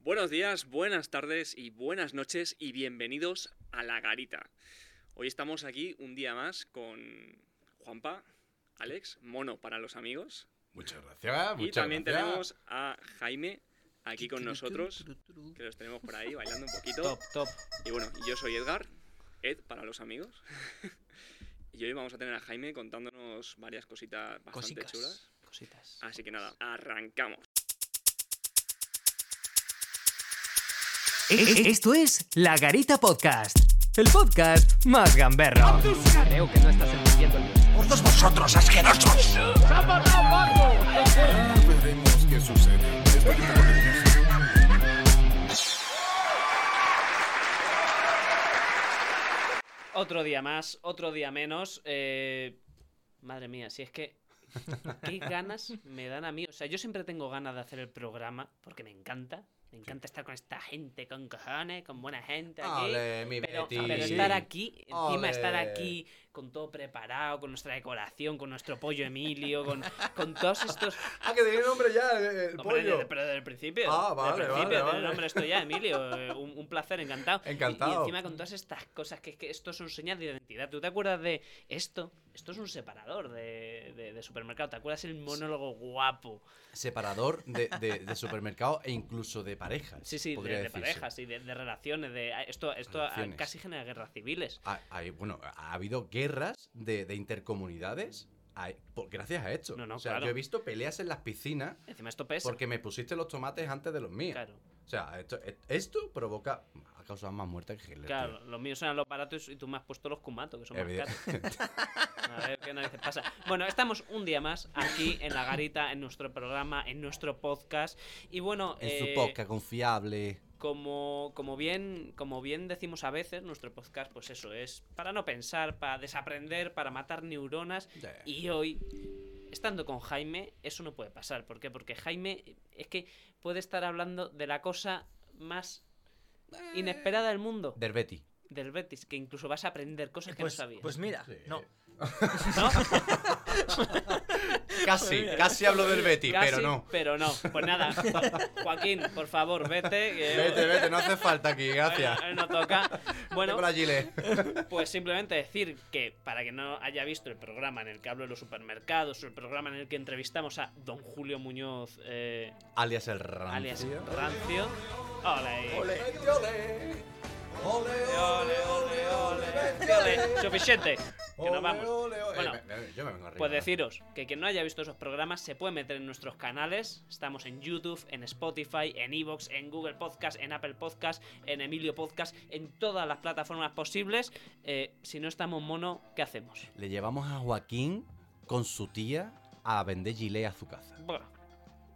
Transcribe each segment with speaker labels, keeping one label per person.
Speaker 1: Buenos días, buenas tardes y buenas noches y bienvenidos a La Garita. Hoy estamos aquí un día más con Juanpa, Alex, mono para los amigos.
Speaker 2: Muchas gracias.
Speaker 1: Y
Speaker 2: muchas
Speaker 1: también
Speaker 2: gracias.
Speaker 1: tenemos a Jaime aquí con nosotros, que los tenemos por ahí bailando un poquito.
Speaker 3: Top, top.
Speaker 1: Y bueno, yo soy Edgar, Ed para los amigos. Y hoy vamos a tener a Jaime contándonos varias cositas bastante
Speaker 3: Cositas.
Speaker 1: chulas.
Speaker 3: Cositas.
Speaker 1: Así que nada, arrancamos.
Speaker 4: E- e- Esto es La Garita Podcast, el podcast más
Speaker 5: Ah,
Speaker 4: gamberro.
Speaker 5: pues,
Speaker 3: Creo que no estás entendiendo el
Speaker 2: Veremos qué sucede.
Speaker 3: Otro día más, otro día menos. eh, Madre mía, si es que. ¿Qué ganas me dan a mí? O sea, yo siempre tengo ganas de hacer el programa porque me encanta. Me encanta estar con esta gente, con cojones, con buena gente. Aquí.
Speaker 6: Ole, mi
Speaker 3: Pero,
Speaker 6: Betty.
Speaker 3: pero estar aquí, encima
Speaker 6: Ole.
Speaker 3: estar aquí con todo preparado, con nuestra decoración, con nuestro pollo Emilio, con, con todos estos.
Speaker 6: Ah, que tenía nombre ya, el, el
Speaker 3: No, pero
Speaker 6: pollo.
Speaker 3: desde- pero desde el principio.
Speaker 6: Ah, vale,
Speaker 3: desde el principio,
Speaker 6: vale,
Speaker 3: del
Speaker 6: vale.
Speaker 3: nombre estoy ya, Emilio. eh, Un, un placer, encantado. Y- Y,
Speaker 6: Encantado.
Speaker 3: encima con todas estas cosas, que es que esto son señas de identidad. ¿Tú te acuerdas de esto? Esto es un separador de, de- de supermercado. ¿Te acuerdas el monólogo guapo?
Speaker 6: Separador de, de- de supermercado e incluso de parejas.
Speaker 3: Sí, sí, de,
Speaker 6: podría
Speaker 3: de
Speaker 6: decirse.
Speaker 3: parejas, sí, de, de relaciones. De, ah, esto esto ah,
Speaker 6: Relaciones.
Speaker 3: casi genera guerras civiles.
Speaker 6: Ha, hay- bueno, ha habido guerras de, de intercomunidades hay- por- gracias a esto.
Speaker 3: No, no,
Speaker 6: o sea,
Speaker 3: claro.
Speaker 6: yo he visto peleas en las piscinas
Speaker 3: Encima esto pesa.
Speaker 6: porque me pusiste los tomates antes de los míos.
Speaker 3: Claro,
Speaker 6: O sea, esto, et- esto provoca. Ha causado más muertes que Hitler.
Speaker 3: claro, los míos eran los baratos y tú me has puesto los kumato, que son más
Speaker 6: Evidente-
Speaker 3: caros. A ver qué narices pasa. Bueno, estamos un día más aquí en La Garita, en nuestro programa, en nuestro podcast. Y bueno,
Speaker 6: en su
Speaker 3: eh,
Speaker 6: poca, confiable.
Speaker 3: como, como, bien, como bien decimos a veces, nuestro podcast, pues eso, es para no pensar, para desaprender, para matar neuronas.
Speaker 6: Yeah.
Speaker 3: Y hoy, estando con Jaime, eso no puede pasar. ¿Por qué? Porque Jaime es que puede estar hablando de la cosa más inesperada del mundo,
Speaker 6: Del Betty.
Speaker 3: del Betis, que incluso vas a aprender cosas que
Speaker 5: pues,
Speaker 3: no sabías.
Speaker 5: pues mira,
Speaker 6: Sí.
Speaker 5: no.
Speaker 3: ¿No?
Speaker 6: Casi, casi hablo del Betty,
Speaker 3: Casi,
Speaker 6: pero no.
Speaker 3: Pero no. Pues nada, Jo- Joaquín, por favor, vete. que-
Speaker 6: Vete, vete, no hace falta aquí,
Speaker 3: Hoy no-
Speaker 6: gracias.
Speaker 3: hoy no toca. Bueno,
Speaker 6: Tengo la gilet.
Speaker 3: pues simplemente decir que para que no haya visto el programa en el que hablo de los supermercados, el programa en el que entrevistamos a don Julio Muñoz, eh,
Speaker 6: Alias el Ram.
Speaker 3: alias Rancio. Hola, ahí.
Speaker 6: Ole, ole. Ole, ole, ole,
Speaker 3: Ole, Suficiente, que nos vamos. Bueno,
Speaker 6: Eh, me- me- yo me vengo arriba.
Speaker 3: Pues deciros que quien no haya visto esos programas se puede meter en nuestros canales. Estamos en YouTube, en Spotify, en Evox, en Google Podcast, en Apple Podcast, en Emilio Podcast, en todas las plataformas posibles. Eh, si no estamos mono, ¿qué hacemos?
Speaker 6: Le llevamos a Joaquín con su tía a vender gilet a su casa.
Speaker 3: Bueno,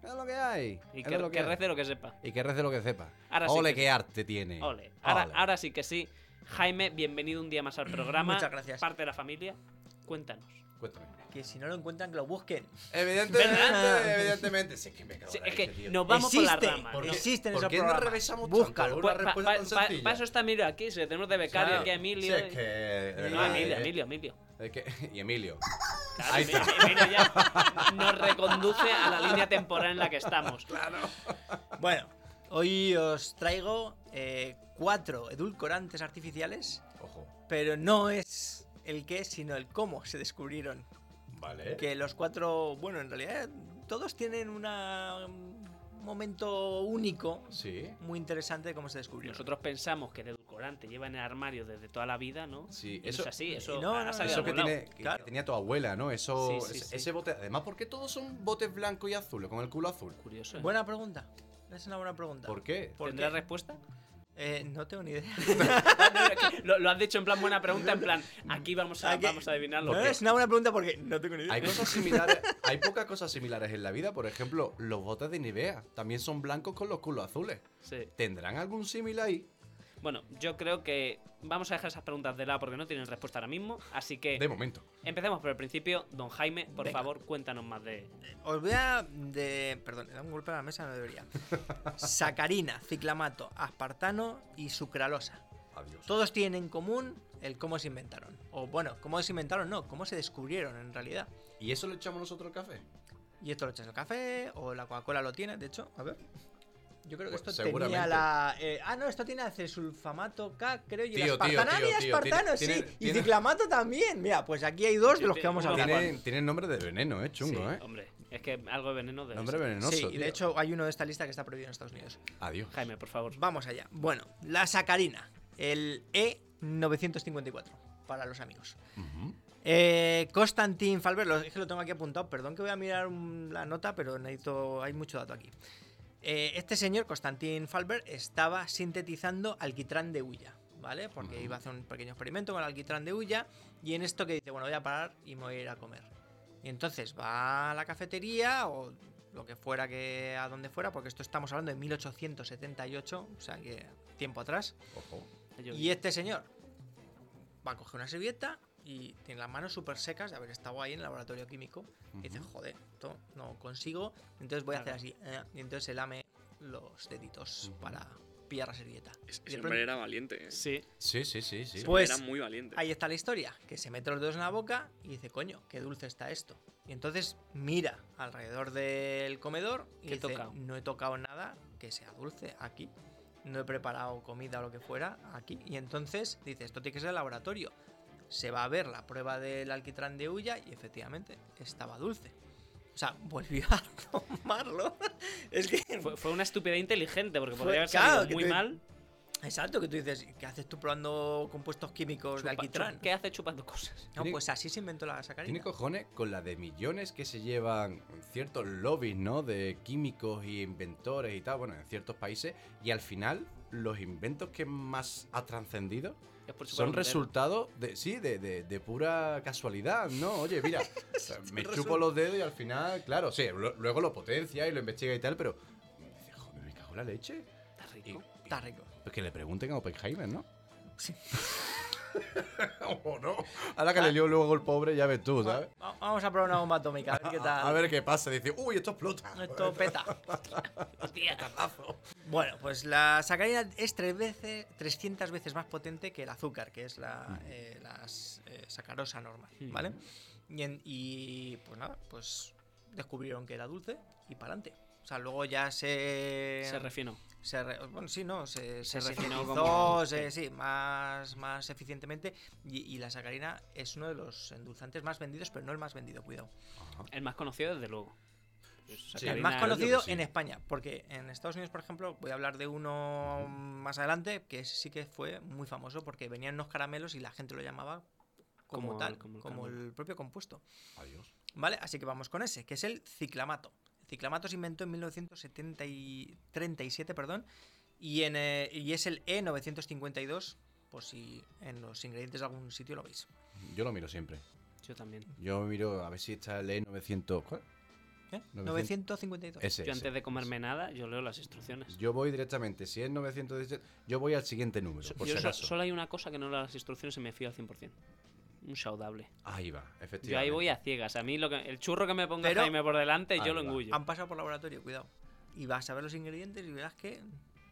Speaker 6: Es lo que hay.
Speaker 3: y
Speaker 6: es
Speaker 3: que,
Speaker 6: lo
Speaker 3: que
Speaker 6: hay.
Speaker 3: rece lo que sepa.
Speaker 6: Y que rece lo que sepa.
Speaker 3: Ahora sí
Speaker 6: ole,
Speaker 3: que
Speaker 6: qué arte tiene.
Speaker 3: Ole. Ahora,
Speaker 6: Ole.
Speaker 3: ahora sí que sí. Jaime, bienvenido un día más al programa.
Speaker 5: Muchas gracias.
Speaker 3: Parte de la familia. Cuéntanos.
Speaker 6: Cuéntame.
Speaker 5: Que si no lo encuentran, que lo busquen.
Speaker 6: Evidentemente, evidentemente. Sí, es que me cago
Speaker 3: Sí,
Speaker 6: en la
Speaker 3: es que
Speaker 6: leche, tío.
Speaker 3: nos vamos por la
Speaker 5: Existe,
Speaker 3: rama. Pues
Speaker 6: ¿Por qué-
Speaker 5: Existen
Speaker 6: ¿Por
Speaker 5: esos
Speaker 6: qué no
Speaker 5: programas.
Speaker 6: revisamos
Speaker 5: Búscalo.
Speaker 6: tanto? Una
Speaker 3: Para
Speaker 6: respuesta tan sencilla.
Speaker 3: eso está Emilio aquí, si le tenemos de becario
Speaker 6: Claro.
Speaker 3: aquí a Emilio.
Speaker 6: Sí, es que, de
Speaker 3: No,
Speaker 6: verdad,
Speaker 3: Emilio,
Speaker 6: eh.
Speaker 3: Emilio, Emilio.
Speaker 6: Es que- y Emilio.
Speaker 3: Claro,
Speaker 6: Ahí
Speaker 3: Emilio-
Speaker 6: está.
Speaker 3: Emilio ya nos reconduce a la línea temporal en la que estamos.
Speaker 5: Bueno, hoy os traigo eh, cuatro edulcorantes artificiales,
Speaker 6: Ojo.
Speaker 5: pero no es el qué, sino el cómo se descubrieron.
Speaker 6: Vale.
Speaker 5: Que los cuatro, bueno, en realidad todos tienen una- un momento único
Speaker 6: Sí.
Speaker 5: muy interesante de cómo se descubrieron.
Speaker 3: Nosotros pensamos que el edulcorante lleva en el armario desde toda la vida, ¿no?
Speaker 6: Sí,
Speaker 3: Y no
Speaker 6: eso-
Speaker 3: es así, eso
Speaker 5: no,
Speaker 3: ha
Speaker 5: no,
Speaker 3: salido
Speaker 6: Eso
Speaker 3: de
Speaker 6: que,
Speaker 3: algún
Speaker 6: tiene,
Speaker 3: lado.
Speaker 6: que-
Speaker 5: Claro.
Speaker 6: que tenía tu abuela, ¿no? Eso,
Speaker 3: Sí, sí,
Speaker 6: ese,
Speaker 3: sí.
Speaker 6: ese bote. Además, ¿por qué todos son botes blancos y azules con el culo azul?
Speaker 3: Curioso. ¿eh?
Speaker 5: Buena pregunta. Es una buena pregunta.
Speaker 6: ¿Por qué?
Speaker 5: ¿Por
Speaker 3: ¿Tendrá
Speaker 5: qué?
Speaker 3: respuesta? Ah,
Speaker 5: Eh, no tengo ni idea.
Speaker 3: lo, lo has dicho en plan buena pregunta, en plan, aquí vamos a,
Speaker 5: Aquí-
Speaker 3: vamos a adivinarlo.
Speaker 5: No, es una buena pregunta porque no tengo ni idea.
Speaker 6: Hay cosas similares, hay pocas cosas similares en la vida. Por ejemplo, los botes de Nivea también son blancos con los culos azules.
Speaker 3: Sí.
Speaker 6: ¿Tendrán algún símil ahí?
Speaker 3: Bueno, yo creo que vamos a dejar esas preguntas de lado porque no tienen respuesta ahora mismo. Así
Speaker 6: De
Speaker 3: que
Speaker 6: momento.
Speaker 3: empecemos por el principio. Don Jaime, por
Speaker 5: Venga.
Speaker 3: favor, cuéntanos más de.
Speaker 5: Os voy a. De, perdón, he dado un golpe a la mesa, no debería. Sacarina, ciclamato, aspartano y sucralosa.
Speaker 6: Adiós.
Speaker 5: Todos tienen en común el cómo se inventaron. O bueno, cómo se inventaron, no, cómo se descubrieron en realidad.
Speaker 6: ¿Y eso lo echamos nosotros al café?
Speaker 5: Y esto lo echas al café, o la Coca-Cola lo tiene, de hecho, a ver. Yo creo que
Speaker 6: Pues,
Speaker 5: esto tenía
Speaker 6: seguramente.
Speaker 5: la. eh, ah, no, esto tiene acesulfamato K, creo yo. y
Speaker 6: Tío, tío,
Speaker 5: aspartano,
Speaker 6: tío, tío,
Speaker 5: había
Speaker 6: tiene-
Speaker 5: aspartano,
Speaker 6: tiene-
Speaker 5: sí. Y
Speaker 6: tiene-
Speaker 5: ciclamato también. Mira, pues aquí hay dos de los que vamos a hablar.
Speaker 6: Tiene, tiene nombre de veneno, eh, chungo,
Speaker 3: Sí,
Speaker 6: eh.
Speaker 3: Hombre, es que algo de veneno de
Speaker 6: Nombre venenoso.
Speaker 5: sí, y
Speaker 6: tío.
Speaker 5: de hecho hay uno de esta lista que está prohibido en Estados Unidos.
Speaker 6: Adiós.
Speaker 3: Jaime, por favor.
Speaker 5: Vamos allá. Bueno, la sacarina, el E E954, para los amigos.
Speaker 6: Ujú.
Speaker 5: Eh, Constantin Falber, lo- es que lo tengo aquí apuntado, perdón que voy a mirar mm, la nota, pero necesito, hay mucho dato aquí. Eh, este señor, Constantin Falber, estaba sintetizando alquitrán de huya, ¿vale? Porque iba a hacer un pequeño experimento con el alquitrán de huya y en esto que dice, bueno, voy a parar y me voy a ir a comer. Y entonces va a la cafetería o lo que fuera que a donde fuera, porque esto estamos hablando de 1878, o sea que tiempo atrás.
Speaker 6: Ojo.
Speaker 3: Yo-
Speaker 5: Y este señor va a coger una servilleta y tiene las manos súper secas de haber estado ahí en el laboratorio químico. Y dice,
Speaker 6: Ujú.
Speaker 5: joder, esto no consigo. Entonces voy a hacer
Speaker 3: Claro.
Speaker 5: así. eh, y entonces se lame los deditos para pillar la servilleta.
Speaker 1: Ese
Speaker 5: Y de
Speaker 1: hombre
Speaker 5: pronto-
Speaker 1: era valiente. ¿eh? Ese
Speaker 3: Sí,
Speaker 6: Sí, sí, sí, sí.
Speaker 5: Pues-
Speaker 1: hombre era muy valiente.
Speaker 5: Ahí está la historia, que se mete los dedos en la boca y dice, coño, qué dulce está esto. Y entonces mira alrededor del comedor
Speaker 3: ¿Qué
Speaker 5: y
Speaker 3: he
Speaker 5: dice,
Speaker 3: tocado?
Speaker 5: no he tocado nada que sea dulce aquí. No he preparado comida o lo que fuera aquí. Y entonces dice, esto tiene que ser el laboratorio. Se va a ver la prueba del alquitrán de huya y efectivamente estaba dulce. O sea, volvió a tomarlo. es que...
Speaker 3: fue, fue una estupidez inteligente porque
Speaker 5: Fue-
Speaker 3: podría haber
Speaker 5: claro,
Speaker 3: salido
Speaker 5: que
Speaker 3: muy
Speaker 5: te-
Speaker 3: mal.
Speaker 5: Exacto, que tú dices, ¿qué haces tú probando compuestos químicos
Speaker 3: Chupa-
Speaker 5: de alquitrán?
Speaker 3: chup- ¿Qué hace chupando cosas?
Speaker 5: No,
Speaker 6: Tiene-
Speaker 5: pues así se inventó la sacarina.
Speaker 6: Tiene cojones con la de millones que se llevan ciertos lobbies, ¿no? De químicos y inventores y tal, bueno, en ciertos países. Y al final, los inventos que más ha trascendido
Speaker 3: Es por chupar
Speaker 6: son
Speaker 3: un dedo.
Speaker 6: resultado de, sí, de, de- de pura casualidad, ¿no? Oye, mira, me chupo los dedos y al final, claro, sí, lo- luego lo potencia y lo investiga y tal, pero... dice, Joder, me cago en la leche.
Speaker 3: Está
Speaker 6: Y-
Speaker 3: rico.
Speaker 6: y-
Speaker 5: Está rico.
Speaker 6: pues que le pregunten a Oppenheimer, ¿no?
Speaker 5: Sí.
Speaker 6: o no. Ahora que le dio luego el pobre, ya ves tú, ¿sabes?
Speaker 5: Va- Vamos a probar una bomba atómica, a ver qué
Speaker 6: A,
Speaker 5: tal.
Speaker 6: a ver qué pasa. Dice, uy, esto explota.
Speaker 5: Esto peta.
Speaker 3: Hostia.
Speaker 5: Bueno, pues la sacarina es tres veces, 300 veces más potente que el azúcar, que es la, eh, la s- eh, sacarosa normal, ¿vale? Y, en- y, pues nada, pues descubrieron que era dulce y para adelante. O sea, luego ya se...
Speaker 3: Se refinó.
Speaker 5: se re- bueno, sí, no, se,
Speaker 3: Se
Speaker 5: se,
Speaker 3: refinó
Speaker 5: refinó,
Speaker 3: como-
Speaker 5: se- sí, más, más eficientemente. Y, y la sacarina es uno de los endulzantes más vendidos, pero no el más vendido, cuidado.
Speaker 3: El más conocido, desde luego.
Speaker 6: Sí,
Speaker 5: El
Speaker 3: Sacarina-
Speaker 5: más
Speaker 6: creo yo que
Speaker 5: conocido
Speaker 6: sí.
Speaker 5: en España, porque en Estados Unidos, por ejemplo, voy a hablar de uno más adelante, que ese sí que fue muy famoso porque venían unos caramelos y la gente lo llamaba como,
Speaker 3: Como el-
Speaker 5: tal,
Speaker 3: como
Speaker 5: como,
Speaker 3: el
Speaker 5: el,
Speaker 3: caramelo.
Speaker 5: propio compuesto.
Speaker 6: Adiós.
Speaker 5: ¿Vale? Así que vamos con ese, que es el ciclamato. El ciclamato se inventó en 1937, perdón, y, en, eh, y es el E952, por si en los ingredientes de algún sitio lo veis.
Speaker 6: Yo lo miro siempre.
Speaker 3: Yo también.
Speaker 6: Yo miro a ver si está el E E900. ¿Cuál?
Speaker 5: ¿Eh?
Speaker 6: 900.
Speaker 5: 952.
Speaker 6: Ese.
Speaker 3: Yo
Speaker 6: ese.
Speaker 3: antes de comerme nada, yo leo las instrucciones.
Speaker 6: Yo voy directamente. Si es 917, yo voy al siguiente número.
Speaker 3: So-
Speaker 6: por
Speaker 3: yo
Speaker 6: si
Speaker 3: so-
Speaker 6: acaso.
Speaker 3: solo hay una cosa que no leo las instrucciones y me fío al 100%. Un saudable.
Speaker 6: Ahí va, efectivamente.
Speaker 3: Yo ahí voy a ciegas. A mí lo que, el churro que me ponga
Speaker 5: Pero-
Speaker 3: Jaime por delante,
Speaker 6: Ahí
Speaker 3: yo lo
Speaker 6: va.
Speaker 3: engullo.
Speaker 5: Han pasado por laboratorio, cuidado. Y vas a ver los ingredientes y verás que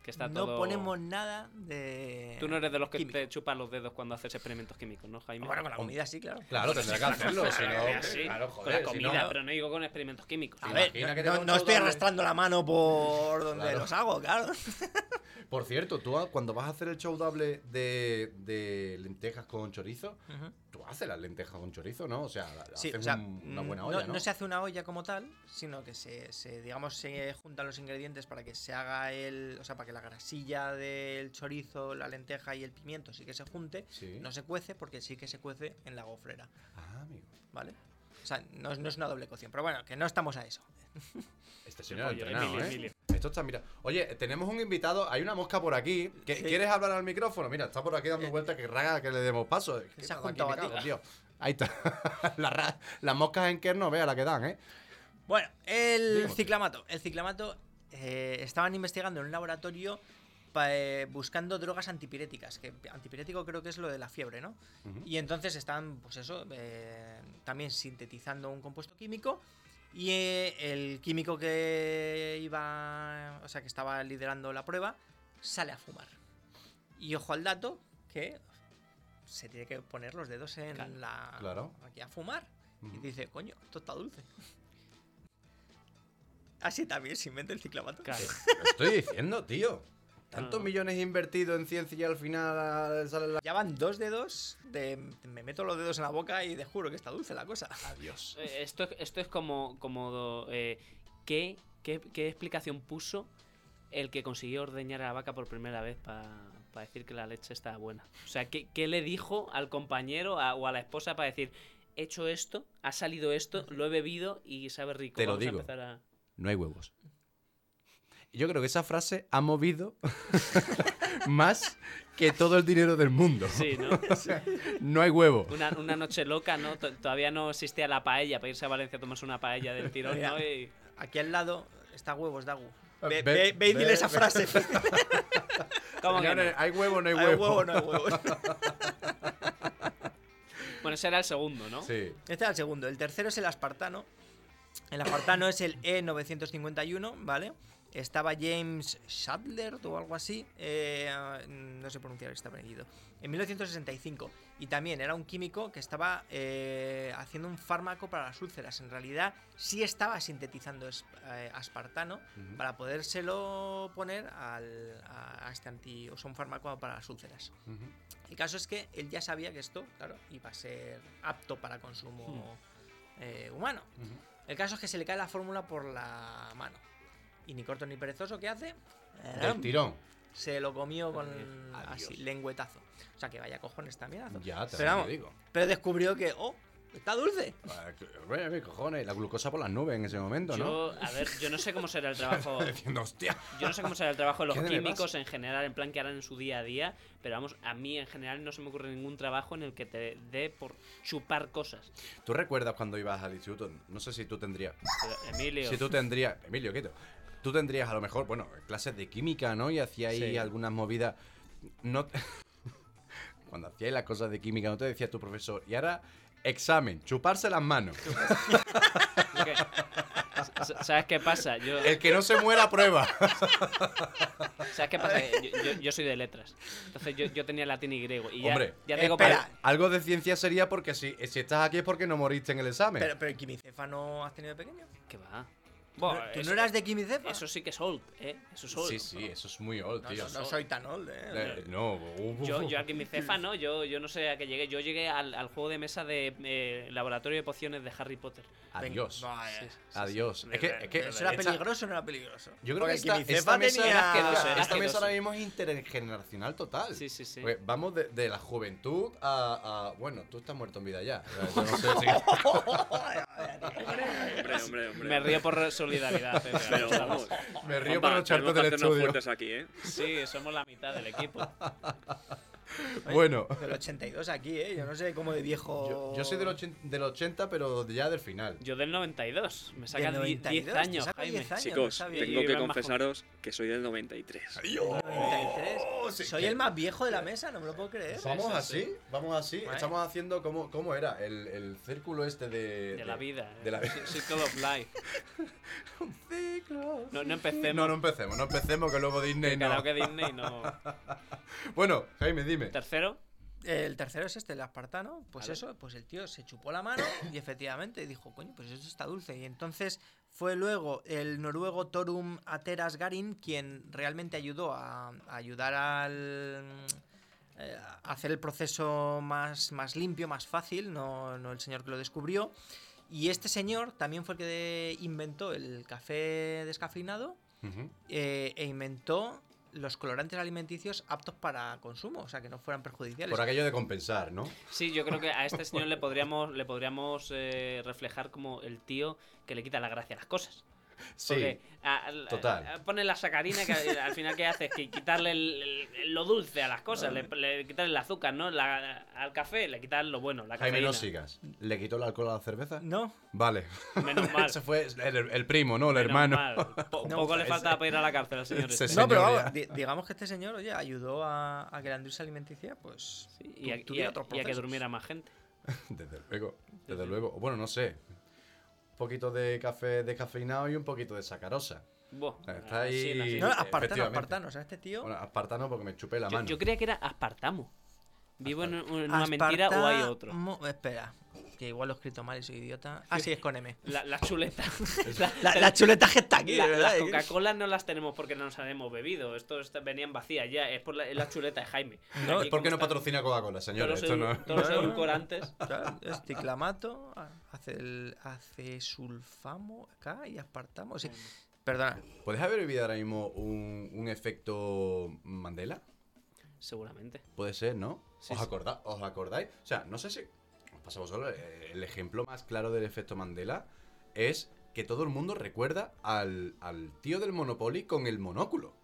Speaker 3: Que está
Speaker 5: no
Speaker 3: todo-
Speaker 5: ponemos nada de.
Speaker 3: Tú no eres de los que
Speaker 5: químico.
Speaker 3: te chupan los dedos cuando haces experimentos químicos, ¿no, Jaime?
Speaker 5: Ah, Bueno, con la comida sí, claro.
Speaker 6: Claro, tendrá que hacerlo. si no,
Speaker 3: Sí,
Speaker 6: claro,
Speaker 3: con
Speaker 6: joder.
Speaker 3: la
Speaker 6: si no-
Speaker 3: comida, pero no digo con experimentos químicos.
Speaker 5: A
Speaker 6: ¿Te
Speaker 5: ver,
Speaker 6: imaginas
Speaker 5: no,
Speaker 6: que te
Speaker 5: no-
Speaker 6: dan un
Speaker 5: no estoy
Speaker 6: soldado?
Speaker 5: arrastrando la mano por donde
Speaker 6: Claro.
Speaker 5: los hago, claro.
Speaker 6: Por cierto, tú ah, cuando vas a hacer el show doble de, de lentejas con chorizo, tú haces las lentejas con chorizo, ¿no? O sea, la- la
Speaker 5: Sí,
Speaker 6: haces
Speaker 5: o sea,
Speaker 6: un- una
Speaker 5: mm,
Speaker 6: buena
Speaker 5: no-
Speaker 6: olla, ¿no?
Speaker 5: no se hace una olla como tal, sino que se, se, digamos, se juntan los ingredientes para que se haga el. O sea, para que la grasilla del chorizo, la lenteja y el pimiento sí que se junte.
Speaker 6: Sí.
Speaker 5: No se cuece porque sí que se cuece en la gofrera,
Speaker 6: Ah, amigo.
Speaker 5: ¿vale? O sea, no, es- no es una doble cocción, pero bueno, que no estamos a eso.
Speaker 6: Este señor ha
Speaker 3: Oye,
Speaker 6: entrenado,
Speaker 3: Emilio,
Speaker 6: ¿eh?
Speaker 3: Emilio.
Speaker 6: Esto está, mira. Oye, tenemos un invitado, hay una mosca por aquí. que-
Speaker 5: Sí. Eh,
Speaker 6: ¿Quieres hablar al micrófono? Mira, está por aquí dando vueltas que raga que le demos paso. Es que
Speaker 5: se ha
Speaker 6: nada, aquí
Speaker 5: juntado
Speaker 6: me
Speaker 5: a ti.
Speaker 6: cago, tío. Ahí está. La ra- las moscas en Kerno, vea la que dan, ¿eh?
Speaker 5: Bueno, el
Speaker 6: Dígame.
Speaker 5: ciclamato. El ciclamato eh, estaban investigando en un laboratorio pa- eh, buscando drogas antipiréticas. Que antipirético creo que es lo de la fiebre, ¿no?
Speaker 6: Ujú.
Speaker 5: Y entonces estaban, pues eso, eh, también sintetizando un compuesto químico. Y eh, el químico que iba, o sea, que estaba liderando la prueba, sale a fumar. Y ojo al dato que se tiene que poner los dedos en
Speaker 3: Claro.
Speaker 5: la.
Speaker 6: Claro.
Speaker 5: Aquí a fumar. Y
Speaker 6: Ujú.
Speaker 5: dice, coño, esto está dulce. Así también se inventa el ciclamato.
Speaker 3: Claro.
Speaker 6: Lo estoy diciendo, tío. Tantos
Speaker 5: Ah.
Speaker 3: No.
Speaker 6: millones invertidos en ciencia y al final ah, sale la.
Speaker 5: Ya van dos dedos, de, me meto los dedos en la boca y te juro que está dulce la cosa.
Speaker 6: Adiós.
Speaker 3: Eh, Esto, es- esto es como. como do- eh, ¿qué, qué, qué explicación puso el que consiguió ordeñar a la vaca por primera vez para decir que la leche estaba buena? O sea, ¿qué, qué le dijo al compañero a- o a la esposa para decir, he hecho esto, ha salido esto, lo he bebido y sabe rico?
Speaker 6: Te lo
Speaker 3: vamos a
Speaker 6: digo.
Speaker 3: empezar a-".
Speaker 6: No hay huevos. Y Yo creo que esa frase ha movido más que todo el dinero del mundo.
Speaker 3: Sí, ¿no?
Speaker 6: No hay huevo.
Speaker 3: Una, una noche loca, ¿no? To- Todavía no existía la paella para irse a Valencia a tomarse una paella del tirón, ¿no? Y-
Speaker 5: Aquí al lado está huevos, Dagu. Ve,
Speaker 6: Ve-
Speaker 5: ve- ve y
Speaker 6: ve-
Speaker 5: dile esa
Speaker 6: ve-
Speaker 5: frase.
Speaker 3: ¿Cómo que no?
Speaker 6: Señores, Hay huevo, no hay
Speaker 5: Hay
Speaker 6: huevo.
Speaker 5: huevo, no hay huevo.
Speaker 3: Bueno, ese era el segundo, ¿no?
Speaker 6: Sí.
Speaker 5: Este era el segundo. El tercero es el aspartano. El aspartano es el E E951, ¿vale? Estaba James Sadler o algo así. eh, no sé pronunciar este apellido. En 1965. Y también era un químico que estaba eh, haciendo un fármaco para las úlceras. En realidad, sí estaba sintetizando es- eh, aspartano
Speaker 6: Ujú.
Speaker 5: para podérselo poner al, a, a este anti. O sea, un fármaco para las úlceras. El caso es que él ya sabía que esto, claro, iba a ser apto para consumo
Speaker 6: Hmm.
Speaker 5: eh, humano. El caso es que se le cae la fórmula por la mano. Y ni corto ni perezoso, ¿qué hace? Eh,
Speaker 6: Del tirón.
Speaker 5: Se lo comió con
Speaker 6: Adiós.
Speaker 5: así, lengüetazo. O sea, que vaya cojones también. azo.
Speaker 6: Ya, te
Speaker 5: Pero
Speaker 6: lo
Speaker 5: vamos,
Speaker 6: digo.
Speaker 5: Pero descubrió que, oh, está dulce.
Speaker 6: Ah, que- Bueno, mis cojones, la glucosa por las nubes en ese momento, ¿no?
Speaker 3: Yo, a ver, yo no sé cómo será el trabajo.
Speaker 6: Diciendo, hostia.
Speaker 3: Yo no sé cómo será el trabajo de los
Speaker 6: ¿Qué me
Speaker 3: químicos
Speaker 6: pasa?
Speaker 3: en general, en plan que harán en su día a día, pero vamos, a mí en general no se me ocurre ningún trabajo en el que te dé por chupar cosas.
Speaker 6: ¿Tú recuerdas cuando ibas al instituto? No sé si tú tendrías.
Speaker 3: Pero, Emilio,
Speaker 6: Si tú tendrías. Emilio, quieto. Tú tendrías a lo mejor, bueno, clases de química, ¿no? Y hacías ahí
Speaker 3: Sí.
Speaker 6: algunas movidas. No. te- Cuando hacías las cosas de química, no te decía tu profesor. Y ahora, examen, chuparse las manos.
Speaker 3: es que- s- ¿sabes qué pasa? Yo,
Speaker 6: El que no se muera, prueba.
Speaker 3: ¿Sabes qué pasa?
Speaker 6: eh.
Speaker 3: Que Yo, yo- yo soy de letras. Entonces yo, yo tenía latín y griego. Y ya,
Speaker 6: Hombre, eh,
Speaker 3: ya tengo
Speaker 5: espera.
Speaker 3: pa-
Speaker 6: Algo de ciencia sería porque si, si estás aquí es porque no moriste en el examen.
Speaker 5: Pero, pero el quimicefa no has tenido de pequeño.
Speaker 3: ¿Qué va? Bueno,
Speaker 5: ¿Tú
Speaker 3: eso,
Speaker 5: no eras de quimicefa?
Speaker 3: eso sí que es old, ¿eh? Eso es old.
Speaker 6: sí, sí, eso es muy old,
Speaker 5: no,
Speaker 6: tío.
Speaker 5: no soy tan old, eh.
Speaker 6: Eh, no, uf,
Speaker 3: Yo,
Speaker 6: uf.
Speaker 3: yo aquí mi cefa, ¿no? Yo, yo no sé a qué llegué. Yo llegué al, al juego de mesa de eh, laboratorio de pociones de Harry Potter.
Speaker 6: Adiós.
Speaker 5: Venga, vaya.
Speaker 6: Adiós. Es que, es que
Speaker 5: ¿Eso era
Speaker 6: esta-
Speaker 5: peligroso o no era peligroso?
Speaker 6: Yo creo
Speaker 5: Porque
Speaker 6: que esta,
Speaker 5: quimicefa
Speaker 6: esta mesa,
Speaker 5: tenía-
Speaker 3: asqueroso, era
Speaker 6: esta mesa
Speaker 3: asqueroso.
Speaker 6: ahora mismo es intergeneracional total.
Speaker 3: Sí, sí, sí.
Speaker 6: Porque vamos de, de la juventud a, a- Bueno, tú estás muerto en vida ya. Yo no sé si-
Speaker 1: Hombre, hombre, hombre.
Speaker 3: Me río por solidaridad. eh,
Speaker 1: Pero
Speaker 3: vamos.
Speaker 1: vamos.
Speaker 6: Me río
Speaker 1: Juanpa,
Speaker 6: por echarte
Speaker 1: tenemos que
Speaker 6: del
Speaker 1: hacernos
Speaker 6: estudio.
Speaker 1: fuertes aquí, ¿eh?
Speaker 3: Sí, somos la mitad del equipo.
Speaker 6: Bueno,
Speaker 5: Del 82 aquí, ¿eh? Yo no sé cómo de viejo...
Speaker 6: yo, yo soy del 80, del 80, pero ya del final.
Speaker 3: Yo del 92. Me sacan
Speaker 5: Del
Speaker 3: 10
Speaker 5: 92, te
Speaker 3: años,
Speaker 5: saca
Speaker 3: Jaime.
Speaker 5: 10 años. Coño, no
Speaker 1: Chicos,
Speaker 5: sabía.
Speaker 1: tengo
Speaker 3: Y
Speaker 1: que
Speaker 3: van más
Speaker 1: confesaros que soy del 93.
Speaker 5: 93.
Speaker 6: Oh, sí,
Speaker 5: Soy
Speaker 6: que-
Speaker 5: el más viejo de la mesa, no me lo puedo creer.
Speaker 6: Pues Vamos
Speaker 3: Eh, Sí, sí,
Speaker 6: así, vamos así.
Speaker 5: Bueno.
Speaker 6: Estamos haciendo como, cómo era el, el círculo este de,
Speaker 3: De la vida. eh.
Speaker 6: De la vida.
Speaker 3: Circle of Life.
Speaker 6: Ciclo.
Speaker 3: No, no empecemos.
Speaker 6: No, no empecemos, no empecemos que luego Disney no.
Speaker 3: Karaoke Disney no.
Speaker 6: Bueno, Jaime, dime.
Speaker 3: Tercero,
Speaker 5: El tercero es este, el aspartano. Pues
Speaker 3: Vale.
Speaker 5: eso, pues el tío se chupó la mano y efectivamente dijo, coño, pues eso está dulce. Y entonces fue luego el noruego Torum Ateras Garin quien realmente ayudó a, a ayudar al... eh, a hacer el proceso más, más limpio, más fácil, no, no el señor que lo descubrió. Y este señor también fue el que de- inventó el café descafeinado
Speaker 6: Ujú.
Speaker 5: eh, e inventó los colorantes alimenticios aptos para consumo, o sea, que no fueran perjudiciales.
Speaker 6: Por aquello de compensar, ¿no?
Speaker 3: Sí, yo creo que a este señor le podríamos, le podríamos eh, reflejar como el tío que le quita la gracia a las cosas.
Speaker 6: Sí.
Speaker 3: Porque, a- a-
Speaker 6: total.
Speaker 3: a- pone la sacarina que al al final que hace es que quitarle el- el- lo dulce a las cosas, le, le- quitarle el azúcar, ¿no? La- al café le quitan lo bueno, la
Speaker 6: Jaime, no
Speaker 3: cafeína.
Speaker 6: sigas. ¿Le quitó el alcohol a la cerveza?
Speaker 5: No,
Speaker 6: Vale.
Speaker 3: Menos mal.
Speaker 6: Ese fue el, el primo, ¿no? El
Speaker 3: menos
Speaker 6: hermano.
Speaker 3: mal. Po-
Speaker 5: No,
Speaker 3: poco le
Speaker 6: ese-
Speaker 3: faltaba para ir a la cárcel al señor.
Speaker 6: ese
Speaker 3: este.
Speaker 6: sí.
Speaker 5: no pero
Speaker 6: Señor,
Speaker 5: vamos, di- digamos que este señor, oye, ayudó a, a que la industria alimenticia, pues,
Speaker 3: Sí,
Speaker 5: tu-
Speaker 3: y, a, y
Speaker 5: tuviera
Speaker 3: a-
Speaker 5: otros
Speaker 3: y a que
Speaker 5: procesos.
Speaker 3: durmiera más gente.
Speaker 6: Desde luego. Desde luego. Bueno, no sé. Un poquito de café descafeinado y un poquito de sacarosa.
Speaker 3: Buah,
Speaker 6: Está ahí-
Speaker 3: así, así.
Speaker 5: No,
Speaker 6: Sí,
Speaker 5: aspartano,
Speaker 6: efectivamente.
Speaker 5: aspartano, o sea, este tío...
Speaker 6: Bueno, aspartano porque me chupé la
Speaker 3: Yo,
Speaker 6: mano.
Speaker 3: yo creía que era aspartamo. Vivo en, un- en una mentira o hay otro.
Speaker 5: Aspartamo- Espera, Hostia, igual lo he escrito mal y soy idiota. Ah, sí, es con M.
Speaker 3: La, la chuleta. La-
Speaker 5: La, la chuleta que está aquí,
Speaker 3: la-
Speaker 5: de
Speaker 3: las
Speaker 5: verdad. ¿eh?
Speaker 3: Coca-Cola no las tenemos porque no nos las hemos bebido. Esto está- venían vacías ya. Es por la, es la chuleta de Jaime.
Speaker 6: No,
Speaker 3: Aquí
Speaker 6: es porque
Speaker 3: como
Speaker 6: no
Speaker 3: están
Speaker 6: patrocina Coca-Cola,
Speaker 3: Todos
Speaker 6: señores.
Speaker 3: los,
Speaker 6: Esto no.
Speaker 3: edul- todos los edulcorantes.
Speaker 5: O sea, es ticlamato, acel- acesulfamo acá y aspartamo. Sí. Perdona.
Speaker 6: ¿Puedes haber vivido ahora mismo un, un efecto Mandela?
Speaker 3: Seguramente.
Speaker 6: Puede ser, ¿no?
Speaker 3: Sí,
Speaker 6: ¿Os,
Speaker 3: sí.
Speaker 6: acorda- ¿Os acordáis? O sea, no sé si. Os pasa a vosotros, eh, El ejemplo más claro del efecto Mandela es que todo el mundo recuerda al, al tío del Monopoly con el monóculo.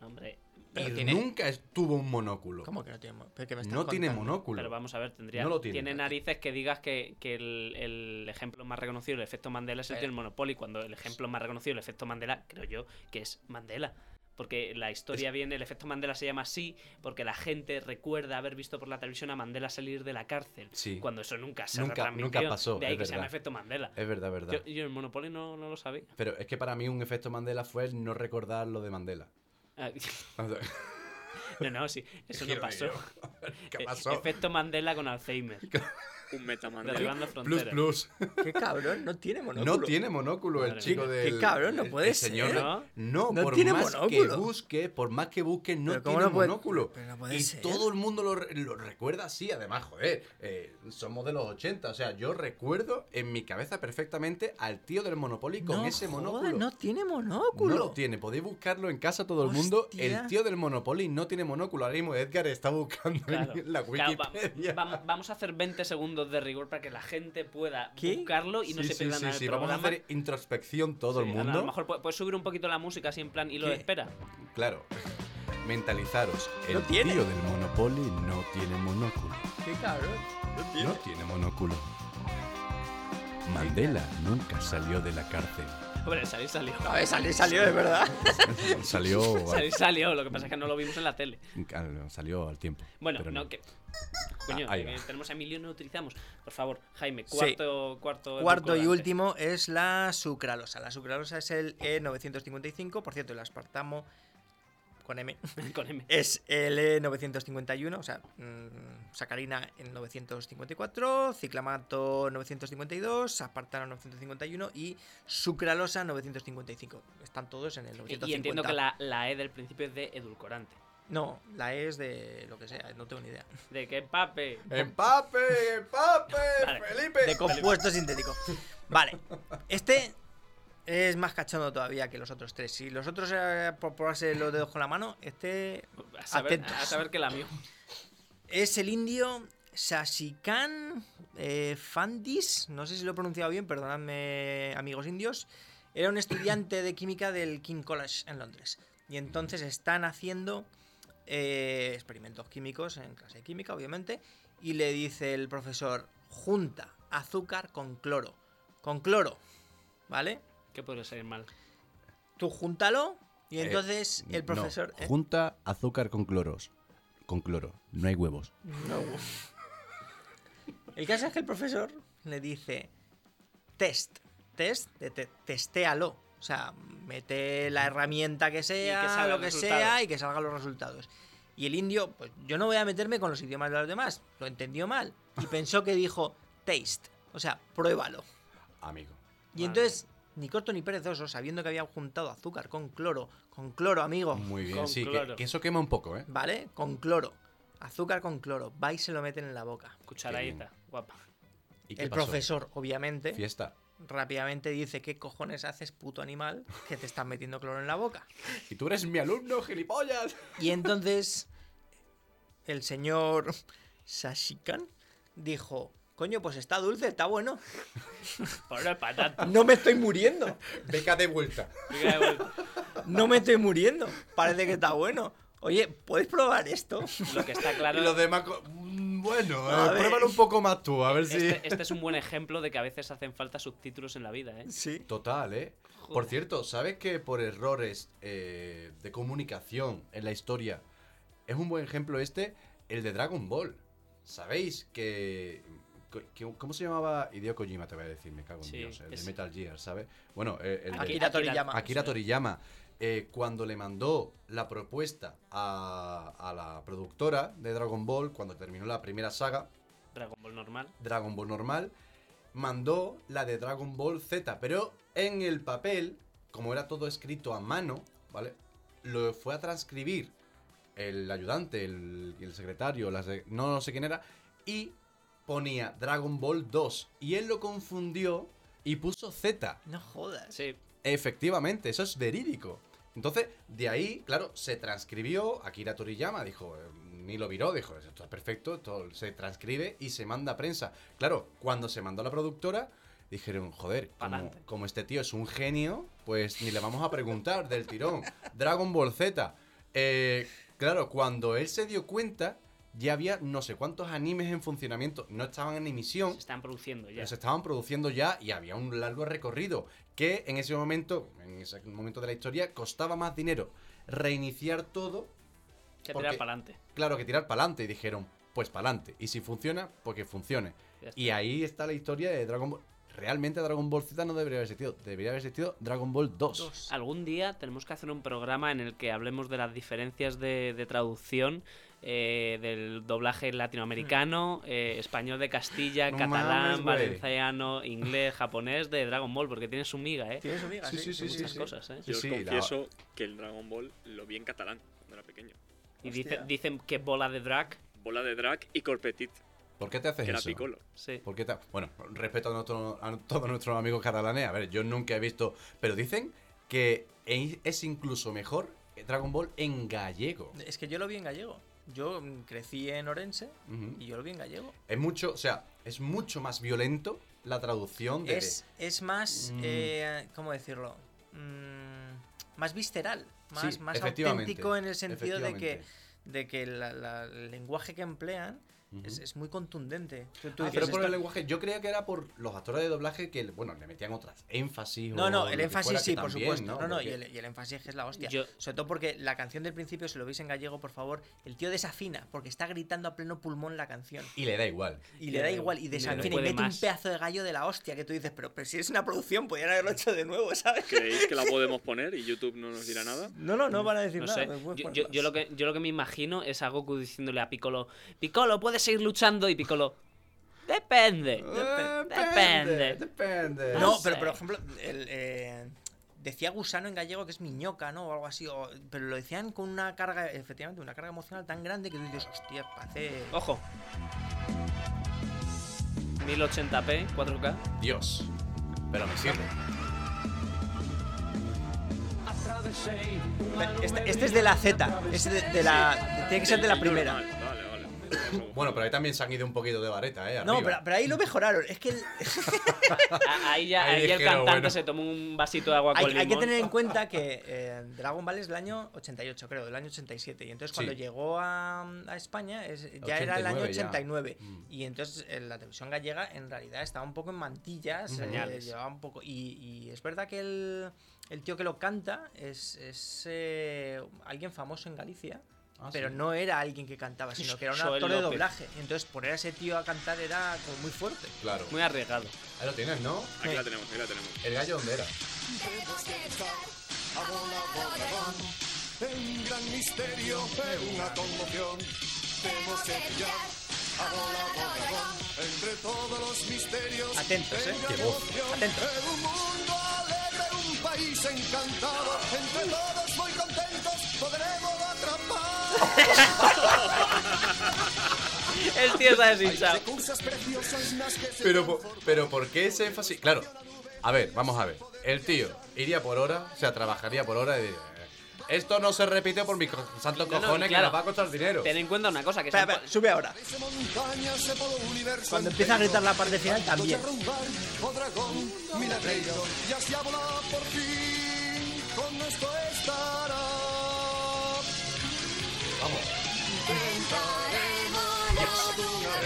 Speaker 3: Hombre,
Speaker 5: Pero
Speaker 6: y
Speaker 5: tiene-
Speaker 6: nunca estuvo un monóculo.
Speaker 5: ¿Cómo que no tiene monóculo?
Speaker 6: No tiene monóculo.
Speaker 3: Pero vamos a ver, tendría,
Speaker 6: No lo tiene,
Speaker 3: tiene,
Speaker 6: ¿verdad?
Speaker 3: narices que digas que, que el, el ejemplo más reconocido del efecto Mandela es el
Speaker 5: Pero-
Speaker 3: del Monopoly, cuando el ejemplo más reconocido del efecto Mandela, creo yo, que es Mandela. Porque la historia viene, el efecto Mandela se llama así, porque la gente recuerda haber visto por la televisión a Mandela salir de la cárcel.
Speaker 6: Sí.
Speaker 3: Cuando eso nunca se
Speaker 6: Nunca-
Speaker 3: retransmitió.
Speaker 6: nunca pasó,
Speaker 3: De ahí
Speaker 6: es
Speaker 3: que se llama
Speaker 6: verdad.
Speaker 3: efecto Mandela.
Speaker 6: Es verdad, verdad.
Speaker 3: Yo, yo el Monopoly no, no lo sabía.
Speaker 6: Pero es que para mí un efecto Mandela fue el no recordar lo de Mandela.
Speaker 3: Ah,
Speaker 6: O sea,
Speaker 3: No, no, sí, eso no
Speaker 6: Quiero
Speaker 3: pasó.
Speaker 6: ¿Qué
Speaker 3: Eh,
Speaker 6: pasó?
Speaker 3: Efecto Mandela con Alzheimer,
Speaker 1: Un metamandela.
Speaker 3: derribando
Speaker 6: Plus,
Speaker 3: fronteras.
Speaker 6: plus.
Speaker 5: Qué cabrón, no tiene monóculo.
Speaker 6: No tiene monóculo el
Speaker 3: Madre
Speaker 6: chico
Speaker 3: mía.
Speaker 6: de.
Speaker 5: Qué cabrón, no puede
Speaker 6: Señor,
Speaker 3: ser.
Speaker 6: no,
Speaker 5: No
Speaker 6: por
Speaker 5: tiene
Speaker 6: más que
Speaker 5: monóculo.
Speaker 6: busque, por más que busque, no
Speaker 5: Pero
Speaker 6: tiene
Speaker 5: ¿cómo no puede-
Speaker 6: monóculo.
Speaker 5: pero no puede
Speaker 6: y
Speaker 5: ser.
Speaker 6: todo el mundo lo, re- lo recuerda así, además, joder. eh, somos de los 80, o sea, yo recuerdo en mi cabeza perfectamente al tío del Monopoly con
Speaker 5: No
Speaker 6: ese
Speaker 5: jodas,
Speaker 6: monóculo.
Speaker 5: No tiene
Speaker 6: No
Speaker 5: monóculo.
Speaker 6: lo tiene, podéis buscarlo en casa todo el mundo.
Speaker 5: Hostia.
Speaker 6: El tío del Monopoly no tiene monóculo. Ahora mismo Edgar está buscando
Speaker 3: Claro.
Speaker 6: en la
Speaker 3: Claro, va-
Speaker 6: Wikipedia.
Speaker 3: vam- vamos a hacer 20 segundos de rigor para que la gente pueda
Speaker 5: ¿Qué?
Speaker 3: buscarlo y no
Speaker 6: Sí,
Speaker 3: se
Speaker 6: sí,
Speaker 3: pierda
Speaker 6: sí,
Speaker 3: nada
Speaker 6: sí,
Speaker 3: del
Speaker 6: Vamos a
Speaker 3: programa.
Speaker 6: hacer introspección todo el
Speaker 3: Sí, a-
Speaker 6: mundo.
Speaker 3: A lo mejor pu- puedes subir un poquito la música así en plan y lo
Speaker 5: ¿Qué?
Speaker 3: espera.
Speaker 6: Claro. Mentalizaros, el
Speaker 5: No tiene.
Speaker 6: tío del Monopoly no tiene monóculo.
Speaker 5: Qué cabrón.
Speaker 6: No tiene monóculo. Mandela nunca salió de la cárcel.
Speaker 3: Hombre, salir salió.
Speaker 5: A ver, eh, salió, salió de verdad.
Speaker 6: Salió
Speaker 3: Salir salió, lo que pasa es que no lo vimos en la tele.
Speaker 6: al, al- salió al tiempo.
Speaker 3: Bueno,
Speaker 6: pero
Speaker 3: no, que. Coño,
Speaker 6: Ah, ahí
Speaker 3: que
Speaker 6: va.
Speaker 3: tenemos a Emilio y no lo utilizamos. Por favor, Jaime,
Speaker 5: Sí.
Speaker 3: cuarto, cuarto.
Speaker 5: Cuarto y
Speaker 3: edulcorante.
Speaker 5: último es la sucralosa. La sucralosa es el E E955, por cierto, el aspartamo con M
Speaker 3: Con M.
Speaker 5: es el E E951, o sea, mm, sacarina en 954, ciclamato 952, aspartano 951 y sucralosa 955. Están todos en el
Speaker 3: Y-
Speaker 5: 950.
Speaker 3: Y entiendo que la, la E del principio es de edulcorante.
Speaker 5: No, la E es de lo que sea, no tengo ni idea.
Speaker 3: De que pape.
Speaker 6: ¡Empape! ¡Empape!
Speaker 3: Vale.
Speaker 6: ¡Felipe!
Speaker 5: De compuesto sintético. Vale. Este es más cachondo todavía que los otros tres. Si los otros era por probarse los dedos con la mano, este
Speaker 3: A saber,
Speaker 5: Atentos.
Speaker 3: a saber que la mío.
Speaker 5: es el indio Sasikan eh, Fandis. No sé si lo he pronunciado bien, perdonadme, amigos indios. Era un estudiante de química del King College en Londres. Y entonces están haciendo eh, experimentos químicos en clase de química, obviamente. Y le dice el profesor: junta azúcar con cloro. Con cloro, ¿vale?
Speaker 3: ¿Qué puede salir mal?
Speaker 5: Tú júntalo. Y
Speaker 6: Eh,
Speaker 5: entonces el
Speaker 6: No,
Speaker 5: profesor. ¿eh?
Speaker 6: junta azúcar con cloros. Con cloro. No hay huevos.
Speaker 5: No. El caso es que el profesor le dice test, test, de te- testéalo. O sea, mete la herramienta que sea,
Speaker 3: salgan
Speaker 5: lo
Speaker 3: los
Speaker 5: que
Speaker 3: resultados.
Speaker 5: sea, y que salgan los resultados. Y el indio, pues yo no voy a meterme con los idiomas de los demás. Lo entendió mal. Y pensó que dijo taste. O sea, pruébalo.
Speaker 6: Amigo.
Speaker 5: Y
Speaker 3: Madre
Speaker 5: entonces, ni corto ni perezoso, sabiendo que había juntado azúcar con cloro, con cloro, amigo.
Speaker 6: Muy bien,
Speaker 3: Con
Speaker 6: sí. que-
Speaker 3: cloro.
Speaker 6: que eso quema un poco, ¿eh?
Speaker 5: ¿Vale? Con cloro. Azúcar con cloro. Va y se lo meten en la boca.
Speaker 3: Cucharadita, guapa.
Speaker 6: ¿Y qué
Speaker 5: El
Speaker 6: pasó?
Speaker 5: profesor, ¿eh? obviamente,
Speaker 6: Fiesta.
Speaker 5: rápidamente dice, ¿qué cojones haces, puto animal, que te estás metiendo cloro en la boca?
Speaker 6: Y tú eres mi alumno, gilipollas.
Speaker 5: Y entonces el señor Sashikan dijo, coño, pues está dulce, está bueno,
Speaker 3: Pobre patata.
Speaker 5: no me estoy muriendo,
Speaker 6: Beca de vuelta.
Speaker 3: Venga, de vuelta.
Speaker 5: no me estoy muriendo, parece que está bueno. Oye, ¿puedes probar esto?
Speaker 3: Lo que está claro
Speaker 6: Y los demás. co- Mm, Bueno,
Speaker 5: A
Speaker 6: eh,
Speaker 5: ver.
Speaker 6: pruébalo un poco más tú, a ver si.
Speaker 3: este, este es un buen ejemplo de que a veces hacen falta subtítulos en la vida, ¿eh?
Speaker 5: Sí.
Speaker 6: Total, ¿eh? Por
Speaker 3: Joder.
Speaker 6: cierto, ¿sabes que por errores eh, de comunicación en la historia es un buen ejemplo este? El de Dragon Ball. ¿Sabéis que. co- que- ¿Cómo se llamaba Hideo Kojima? Te voy a decir, me cago en
Speaker 3: Sí,
Speaker 6: Dios. El de
Speaker 3: es-
Speaker 6: Metal Gear, ¿sabes? Bueno, eh, el de-
Speaker 3: Aquí-
Speaker 5: Akira Toriyama.
Speaker 6: Akira Toriyama, eh, cuando le mandó la propuesta a, a la productora de Dragon Ball, cuando terminó la primera saga,
Speaker 3: Dragon Ball normal.
Speaker 6: Dragon Ball normal, mandó la de Dragon Ball Z, pero en el papel, como era todo escrito a mano, ¿vale? Lo fue a transcribir el ayudante, el, el secretario, la se- no, sé quién era, y ponía Dragon Ball 2. Y él lo confundió y puso Z.
Speaker 5: No jodas.
Speaker 3: Sí.
Speaker 6: Efectivamente, eso es verídico. Entonces, de ahí, claro, se transcribió. Akira Toriyama dijo, eh, ni lo viró, dijo, esto es perfecto, esto se transcribe y se manda a prensa. Claro, cuando se mandó a la productora, dijeron, joder, como,
Speaker 3: Pa'lante.
Speaker 6: como este tío es un genio, pues ni le vamos a preguntar del tirón. Dragon Ball Z. Eh, claro, cuando él se dio cuenta, ya había no sé cuántos animes en funcionamiento, no estaban en emisión.
Speaker 3: Se están produciendo ya.
Speaker 6: Pero se estaban produciendo ya y había un largo recorrido que en ese momento, en ese momento de la historia, costaba más dinero reiniciar todo,
Speaker 3: Se
Speaker 6: porque-
Speaker 3: tirar para adelante.
Speaker 6: claro que tirar para adelante. Y dijeron, pues para adelante. Y si funciona, pues que funcione.
Speaker 3: Ya está.
Speaker 6: Y ahí está la historia de Dragon Ball. Realmente Dragon Ball Z no debería haber existido, debería haber existido Dragon Ball 2.
Speaker 5: Dos.
Speaker 3: Algún día tenemos que hacer un programa en el que hablemos de las diferencias de, de traducción eh, del doblaje latinoamericano, eh, español de
Speaker 6: Hmm.
Speaker 3: Castilla,
Speaker 6: No mames,
Speaker 3: catalán,
Speaker 6: güey.
Speaker 3: valenciano, inglés, japonés de Dragon Ball, porque tiene su miga, ¿eh?
Speaker 5: ¿Tienes amigas?
Speaker 6: Sí, sí, sí,
Speaker 5: de
Speaker 6: sí,
Speaker 3: Muchas
Speaker 6: sí.
Speaker 3: cosas, ¿eh?
Speaker 6: Sí,
Speaker 1: Yo os
Speaker 6: sí, la-
Speaker 1: confieso que el Dragon Ball lo vi en catalán cuando era pequeño.
Speaker 3: Y
Speaker 5: Hostia.
Speaker 3: dice- dicen que bola de drag.
Speaker 1: Bola de drag y corpetit,
Speaker 6: ¿Por qué te haces
Speaker 1: que era
Speaker 6: eso?
Speaker 1: Piccolo.
Speaker 3: Sí.
Speaker 6: ¿Por qué te- Bueno, respeto a, nuestro- a todos nuestros amigos catalanes, a ver, yo nunca he visto, pero dicen que es es incluso mejor Dragon Ball en gallego.
Speaker 1: Eh,
Speaker 5: Es que yo lo vi en gallego. Yo mm, crecí en Orense
Speaker 6: Ujú.
Speaker 5: y yo lo vi en gallego.
Speaker 6: Es mucho, o sea, es mucho más violento la traducción de.
Speaker 5: Es, es más,
Speaker 6: Mm.
Speaker 5: eh, ¿cómo decirlo? Mm, más visceral, más,
Speaker 6: Sí,
Speaker 5: más
Speaker 6: efectivamente,
Speaker 5: auténtico en el sentido de que,
Speaker 6: efectivamente.
Speaker 5: de que la- la- el lenguaje que emplean es,
Speaker 6: Ujú.
Speaker 5: es muy contundente. Tú- tú
Speaker 6: Ah,
Speaker 5: dices,
Speaker 6: pero por el
Speaker 5: "Esto-
Speaker 6: lenguaje, yo creía que era por los actores de doblaje que, bueno, le metían otras énfasis.
Speaker 5: No,
Speaker 6: o
Speaker 5: no,
Speaker 6: lo
Speaker 5: el
Speaker 6: que
Speaker 5: énfasis
Speaker 6: fuera, que
Speaker 5: sí, por
Speaker 6: también,
Speaker 5: supuesto. No, no,
Speaker 6: Porque-
Speaker 5: y, el, y el énfasis es la hostia.
Speaker 3: Yo-
Speaker 5: Sobre todo porque la canción del principio, si lo veis en gallego, por favor, el tío desafina porque está gritando a pleno pulmón la canción.
Speaker 6: y le da igual.
Speaker 5: Y le da igual, y desafina y
Speaker 3: puede
Speaker 5: mete un
Speaker 3: más.
Speaker 5: pedazo de gallo de la hostia que tú dices, pero, pero si es una producción, podrían haberlo hecho de nuevo, ¿sabes?
Speaker 1: ¿Creéis que la podemos poner y YouTube no nos dirá nada?
Speaker 5: No, no, no van a decir
Speaker 3: No
Speaker 5: nada.
Speaker 3: sé.
Speaker 5: pues,
Speaker 3: Yo,
Speaker 5: pues,
Speaker 3: yo- yo lo que, yo lo que me imagino es a Goku diciéndole a Piccolo: Piccolo, puedes seguir luchando. Y Piccolo: Depende.
Speaker 6: Depende. Depende.
Speaker 5: Eh, No,
Speaker 3: sé.
Speaker 5: pero por ejemplo, el, eh, decía gusano en gallego que es miñoca, ¿no? O algo así, o- pero lo decían con una carga, efectivamente, una carga emocional tan grande que tú dices, hostia, parece...
Speaker 3: Ojo. 1080p, 4K.
Speaker 6: Dios. Pero me sirve.
Speaker 5: Este, este es de la Z, es de, de la, tiene que ser de la
Speaker 1: El
Speaker 5: primera.
Speaker 1: normal, Vale, vale. Eso.
Speaker 6: Bueno, pero ahí también se han ido un poquito de vareta, ¿eh?
Speaker 5: No,
Speaker 6: arriba.
Speaker 5: pero, pero ahí lo mejoraron. Es que el-
Speaker 3: A- Ahí ya
Speaker 6: Ahí
Speaker 3: ahí el
Speaker 6: dijeron,
Speaker 3: cantante
Speaker 6: bueno.
Speaker 3: se tomó un vasito de agua con
Speaker 5: hay, hay que
Speaker 3: limón.
Speaker 5: tener en cuenta que eh, Dragon Ball es del año 88, creo, del año 87. Y entonces cuando
Speaker 6: Sí.
Speaker 5: llegó a, a España es- ya era el año
Speaker 6: 89 ya.
Speaker 5: 89.
Speaker 6: Mm.
Speaker 5: Y entonces eh, la televisión gallega en realidad estaba un poco en mantillas, eh,
Speaker 3: Señales.
Speaker 5: llevaba un poco... Y, y es verdad que el, el tío que lo canta es, es, eh, alguien famoso en Galicia.
Speaker 6: Ah,
Speaker 5: pero
Speaker 6: sí.
Speaker 5: no era alguien que cantaba, sino que era un
Speaker 3: Joel
Speaker 5: actor de
Speaker 3: López.
Speaker 5: doblaje. Y entonces poner a ese tío a cantar era como muy fuerte.
Speaker 6: Claro.
Speaker 3: Muy arriesgado.
Speaker 6: Ahí lo tienes, ¿no?
Speaker 1: Aquí la tenemos, aquí la tenemos.
Speaker 6: El gallo, ¿dónde era?
Speaker 2: Un gran misterio es una conmoción. Debemos que pillar a bola borragón. Entre todos los misterios.
Speaker 5: Atentos, ¿eh?
Speaker 2: venga
Speaker 6: Qué voz.
Speaker 2: emoción.
Speaker 5: Atentos.
Speaker 2: En un mundo alegre, un país encantado. Entre todos muy contentos podremos atrapar.
Speaker 3: El tío se ha deshinchado.
Speaker 2: Cosas preciosas más que se
Speaker 6: Pero, po- pero ¿por qué ese énfasis? Claro, a ver, vamos a ver. El tío iría por hora, o sea, trabajaría por hora y diría, "Eh, esto no se repite por mis co- santos
Speaker 3: No, no,
Speaker 6: cojones que
Speaker 3: claro.
Speaker 6: nos va a costar dinero.
Speaker 3: Ten en cuenta una cosa, que
Speaker 5: Espera,
Speaker 3: son
Speaker 5: espera,
Speaker 3: po-
Speaker 5: sube ahora.
Speaker 2: Ese montaña se por el universo.
Speaker 5: Cuando empieza a gritar la parte final
Speaker 2: Voy a
Speaker 5: también.
Speaker 2: rumbar, oh dragón, milagrero, y así habla por fin, con esto estará.